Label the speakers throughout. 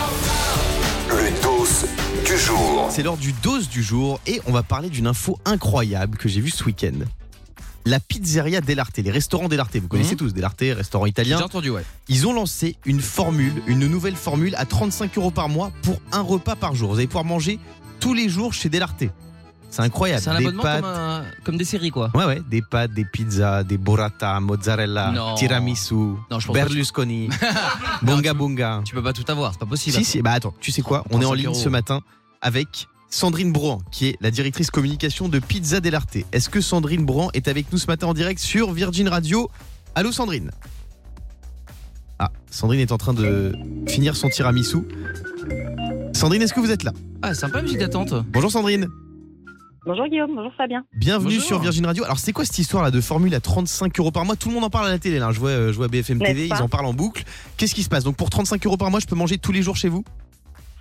Speaker 1: Le dos du jour.
Speaker 2: C'est l'heure du dose du jour et on va parler d'une info incroyable que j'ai vue ce week-end. La pizzeria Dell'Arte, les restaurants Dell'Arte, vous
Speaker 3: Mhm.
Speaker 2: connaissez tous Dell'Arte, restaurant
Speaker 3: J'ai
Speaker 2: italien.
Speaker 3: entendu, ouais.
Speaker 2: Ils ont lancé une formule, une nouvelle formule à 35 euros par mois pour un repas par jour. Vous allez pouvoir manger tous les jours chez Dell'Arte. C'est incroyable.
Speaker 3: C'est un
Speaker 2: des
Speaker 3: abonnement
Speaker 2: pâtes,
Speaker 3: comme, un- comme des séries, quoi.
Speaker 2: ouais ouais, des pâtes, des pizzas, des burrata, mozzarella,
Speaker 3: Non.
Speaker 2: tiramisu,
Speaker 3: Non, je pense pas.
Speaker 2: berlusconi, bunga bunga.
Speaker 3: Tu peux pas tout avoir, c'est pas possible.
Speaker 2: Si, si, bah attends, tu sais quoi On est en
Speaker 3: 35
Speaker 2: ligne
Speaker 3: euros.
Speaker 2: ce matin avec Sandrine Brouan, qui est la directrice communication de Pizza Dell'Arte. Est-ce que Sandrine Brouan est avec nous ce matin en direct sur Virgin Radio Allô Sandrine Ah, Sandrine est en train de finir son tiramisu. Sandrine, est-ce que vous êtes là
Speaker 3: Ah, sympa, musique d'attente.
Speaker 2: Bonjour Sandrine,
Speaker 4: Bonjour Guillaume, bonjour Fabien.
Speaker 2: bienvenue
Speaker 3: Bonjour.
Speaker 2: sur Virgin Radio. Alors c'est quoi cette histoire là de formule à 35 euros par mois Tout le monde en parle à la télé là, je vois, euh, je vois BFM
Speaker 4: N'est-ce
Speaker 2: TV,
Speaker 4: pas
Speaker 2: ils en parlent en boucle. Qu'est-ce qui se passe Donc pour 35 euros par mois, je peux manger tous les jours chez vous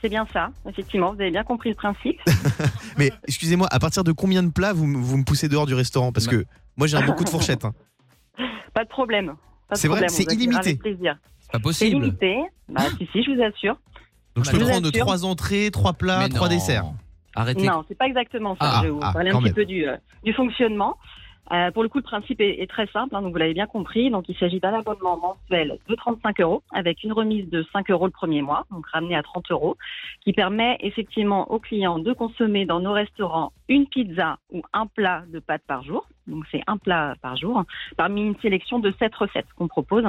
Speaker 4: C'est bien ça, effectivement, vous avez bien compris le principe.
Speaker 2: Mais excusez-moi, à partir de combien de plats vous, m- vous me poussez dehors du restaurant Parce que moi j'ai un beaucoup de fourchette. hein.
Speaker 4: Pas de problème. Pas de
Speaker 2: C'est vrai,
Speaker 4: problème,
Speaker 2: c'est
Speaker 4: on vous accueillera
Speaker 2: illimité.
Speaker 4: avec plaisir.
Speaker 3: C'est pas
Speaker 4: C'est
Speaker 3: possible.
Speaker 4: illimité. Bah, si, si, je vous assure.
Speaker 2: Donc je
Speaker 4: Bah,
Speaker 2: peux
Speaker 3: Je vous
Speaker 2: prendre
Speaker 4: assure.
Speaker 2: trois entrées, trois plats,
Speaker 3: Mais
Speaker 2: Ah, trois
Speaker 3: non.
Speaker 2: desserts.
Speaker 3: Arrêtez.
Speaker 4: Non, c'est pas exactement ça.
Speaker 2: Ah,
Speaker 4: je vais vous
Speaker 2: ah,
Speaker 4: parler
Speaker 2: quand
Speaker 4: un petit
Speaker 2: même.
Speaker 4: peu du, euh, du fonctionnement. Euh, pour le coup, le principe est, est très simple, hein, donc vous l'avez bien compris. Donc, il s'agit d'un abonnement mensuel de 35 euros, avec une remise de 5 euros le premier mois, donc ramené à 30 euros, qui permet effectivement aux clients de consommer dans nos restaurants une pizza ou un plat de pâtes par jour. Donc, c'est un plat par jour, hein, parmi une sélection de 7 recettes qu'on propose.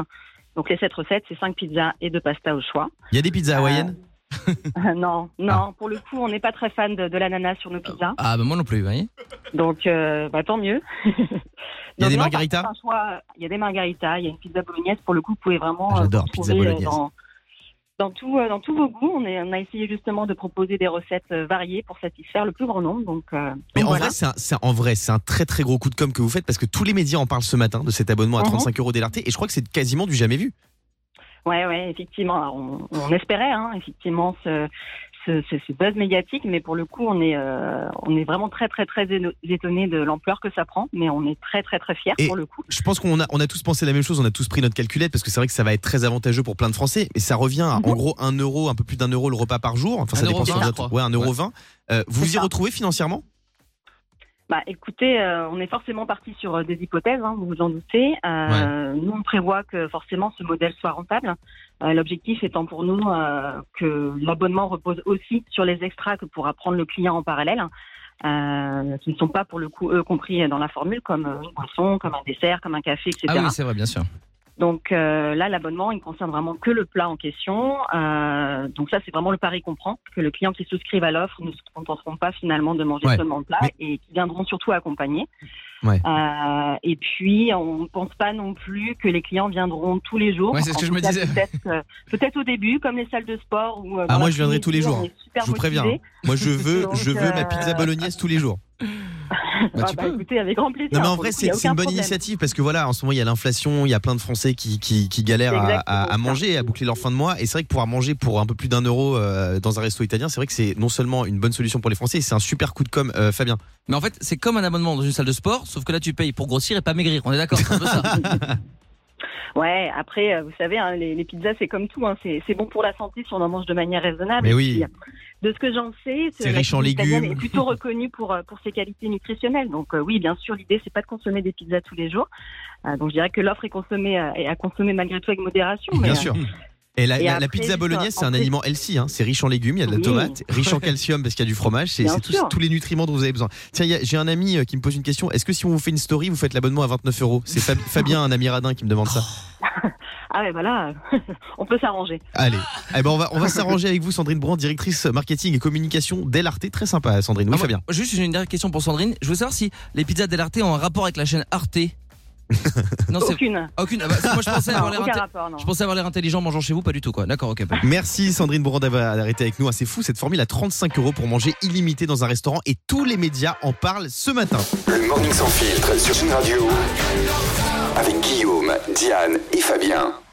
Speaker 4: Donc, les 7 recettes, c'est 5 pizzas et 2 pastas au choix.
Speaker 2: Il y a des
Speaker 4: Ah,
Speaker 2: pizzas hawaïennes
Speaker 4: Euh, non,
Speaker 2: Ah.
Speaker 4: non, pour le coup, on n'est pas très fan de, de l'ananas sur nos pizzas.
Speaker 3: Ah, bah moi non plus, vous voyez.
Speaker 4: Donc, euh, bah, tant mieux.
Speaker 2: Il y a
Speaker 4: Donc,
Speaker 2: des
Speaker 4: non,
Speaker 2: margaritas
Speaker 4: par contre, un choix- Il y a des margaritas, il y a une pizza bolognaise. Pour le coup, vous pouvez vraiment.
Speaker 2: Ah,
Speaker 4: euh,
Speaker 2: j'adore,
Speaker 4: vous
Speaker 2: pizza
Speaker 4: trouver, euh,
Speaker 2: bolognaise.
Speaker 4: Dans, dans, tout, euh, dans tous vos goûts, on, est- on a essayé justement de proposer des recettes euh, variées pour satisfaire le plus grand nombre. Donc, euh,
Speaker 2: Mais
Speaker 4: donc
Speaker 2: en
Speaker 4: voilà.
Speaker 2: vrai, c'est un- c'est un, en vrai, c'est un très très gros coup de com que vous faites parce que tous les médias en parlent ce matin de cet abonnement à
Speaker 4: Mhm.
Speaker 2: 35 euros d'Elarté et je crois que c'est quasiment du jamais vu.
Speaker 4: Ouais, ouais, effectivement. Alors, on, on espérait, hein, effectivement, ce, ce, ce- ce buzz médiatique, mais pour le coup, on est, euh, on est vraiment très, très, très étonné de l'ampleur que ça prend, mais on est très, très, très fiers
Speaker 2: Et-
Speaker 4: pour le coup.
Speaker 2: Je pense qu'on a, on a tous pensé la même chose, on a tous pris notre calculette parce que c'est vrai que ça va être très avantageux pour plein de Français et ça revient à, en
Speaker 4: Mhm.
Speaker 2: gros 1 euro, un peu plus d'un euro le repas par jour. Enfin, ça
Speaker 3: Un euro
Speaker 2: dépend si on
Speaker 3: vingt,
Speaker 2: va-
Speaker 3: je crois.
Speaker 2: Ouais, un euro vingt. Euh, vous
Speaker 4: C'est
Speaker 2: y
Speaker 4: ça.
Speaker 2: retrouvez financièrement
Speaker 4: Bah, écoutez, euh, on est forcément parti sur euh, des hypothèses, hein, vous vous en doutez. Euh, Nous, on prévoit que forcément ce modèle soit rentable. Euh, L'objectif étant pour nous euh, que l'abonnement repose aussi sur les extras que pourra prendre le client en parallèle, euh, qui ne sont pas pour le coup eux compris dans la formule, comme euh, une boisson, comme un dessert, comme un café, etc.
Speaker 3: Ah oui, c'est vrai, bien sûr.
Speaker 4: Donc euh, là, l'abonnement, il ne concerne vraiment que le plat en question. Euh, donc ça, c'est vraiment le pari qu'on prend, que le client qui souscrive à l'offre ne se contenteront pas finalement de manger
Speaker 2: Ouais.
Speaker 4: seulement le plat
Speaker 2: Mais-
Speaker 4: et qui viendront surtout accompagner.
Speaker 2: Ouais.
Speaker 4: Euh, et puis, on ne pense pas non plus que les clients viendront tous les jours.
Speaker 3: Ouais, c'est ce
Speaker 4: En
Speaker 3: que je
Speaker 4: tout
Speaker 3: me
Speaker 4: cas,
Speaker 3: disais.
Speaker 4: Peut-être euh, peut-être au début, comme les salles de sport. Où, euh,
Speaker 2: Ah,
Speaker 4: dans
Speaker 2: moi, je viendrai
Speaker 4: l'après-midi,
Speaker 2: tous les jours,
Speaker 4: on est super
Speaker 2: Je vous préviens. hein.
Speaker 4: motivés.
Speaker 2: Moi, je veux,
Speaker 4: Donc,
Speaker 2: je veux ma
Speaker 4: euh,
Speaker 2: pizza bolognaise tous les jours.
Speaker 3: Bah,
Speaker 4: Ah,
Speaker 3: tu
Speaker 4: bah,
Speaker 3: peux.
Speaker 4: écoutez, avec grand plaisir.
Speaker 2: Non mais en
Speaker 4: Pour le
Speaker 2: vrai
Speaker 4: coup, il y
Speaker 2: c'est
Speaker 4: a
Speaker 2: c'est une
Speaker 4: aucun
Speaker 2: bonne
Speaker 4: problème.
Speaker 2: initiative parce que voilà en ce moment il y a l'inflation, il y a plein de Français qui, qui, qui galèrent à- à, à
Speaker 4: Exactement.
Speaker 2: manger, à boucler leur fin de mois et c'est vrai que pouvoir manger pour un peu plus d'un euro euh, dans un resto italien c'est vrai que c'est non seulement une bonne solution pour les Français c'est un super coup de com euh, Fabien.
Speaker 3: Mais en fait, c'est comme un abonnement dans une salle de sport, sauf que là, tu payes pour grossir et pas maigrir. On est d'accord, c'est un peu ça. Ah,
Speaker 4: Ouais, après, euh, vous savez, hein, les, les pizzas, c'est comme tout. Hein, c'est c'est bon pour la santé si on en mange de manière raisonnable.
Speaker 2: Mais
Speaker 4: Et
Speaker 2: oui.
Speaker 4: puis, euh, De ce que j'en sais,
Speaker 2: C'est riche en
Speaker 4: la cuisine italienne
Speaker 2: légumes.
Speaker 4: est plutôt reconnue pour, euh, pour ses qualités nutritionnelles. Donc euh, oui, bien sûr, l'idée, c'est pas de consommer des pizzas tous les jours. Euh, donc je dirais que l'offre est consommée euh, et à consommer malgré tout avec modération. mais,
Speaker 2: Bien
Speaker 4: euh,
Speaker 2: sûr. Et la,
Speaker 4: Et
Speaker 2: la- la
Speaker 4: après,
Speaker 2: pizza
Speaker 4: juste,
Speaker 2: bolognaise c'est
Speaker 4: en
Speaker 2: un
Speaker 4: plus-
Speaker 2: aliment healthy hein. c'est riche en légumes, il y a de la
Speaker 4: Oui.
Speaker 2: tomate, riche en calcium parce qu'il y a du fromage, c'est
Speaker 4: Bien
Speaker 2: c'est tous,
Speaker 4: sûr.
Speaker 2: tous les nutriments dont vous avez besoin. Tiens il y a- j'ai un ami euh, qui me pose une question, est-ce que si on vous fait une story vous faites l'abonnement à 29 euros C'est Fab- Fabien un ami radin qui me demande ça.
Speaker 4: Ah ouais, voilà, on peut s'arranger.
Speaker 2: Allez, Eh ben on va, on va s'arranger avec vous, Sandrine Brand, directrice marketing et communication d'Elarte. Très sympa, Sandrine. Oui,
Speaker 3: Ah, moi,
Speaker 2: Fabien.
Speaker 3: Juste j'ai une dernière question pour Sandrine. Je veux savoir si les pizzas Dell'Arte ont un rapport avec la chaîne Arte. non, c'est
Speaker 4: Aucune.
Speaker 3: aucune. ah bah, c'est- moi, je pensais
Speaker 4: Non,
Speaker 3: avoir l'air
Speaker 4: aucun
Speaker 3: inté-
Speaker 4: rapport, non.
Speaker 3: je pensais avoir l'air intelligent en mangeant chez vous, pas du tout, quoi. D'accord, ok. pas-
Speaker 2: Merci, Sandrine Brand, d'avoir arrêté avec nous. Ah, C'est fou, cette formule à 35 euros pour manger illimité dans un restaurant et tous les médias en parlent ce matin.
Speaker 1: Le morning sans filtre sur une radio. Avec Guillaume, Diane et Fabien.